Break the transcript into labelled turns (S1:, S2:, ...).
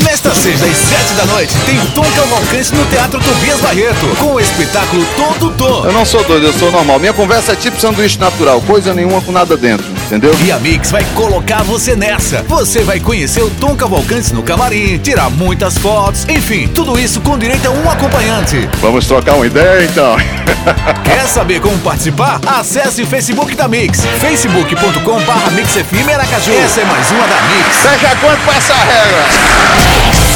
S1: Sexta, sexta às sete da noite tem Tom Cavalcante no Teatro Tobias Barreto, com o espetáculo Todo Tom.
S2: Eu não sou doido, eu sou normal. Minha conversa é tipo sanduíche natural, coisa nenhuma com nada dentro, entendeu?
S1: E a Mix vai colocar você nessa. Você vai conhecer o Tom Cavalcante no camarim, tirar muitas fotos, enfim, tudo isso com direito a um acompanhante.
S2: Vamos trocar uma ideia então.
S1: Quer saber como participar? Acesse o Facebook da Mix, facebook.com barra Mix FM Aracaju. Essa é mais uma da Mix.
S2: Daqui a quanto passa a regra?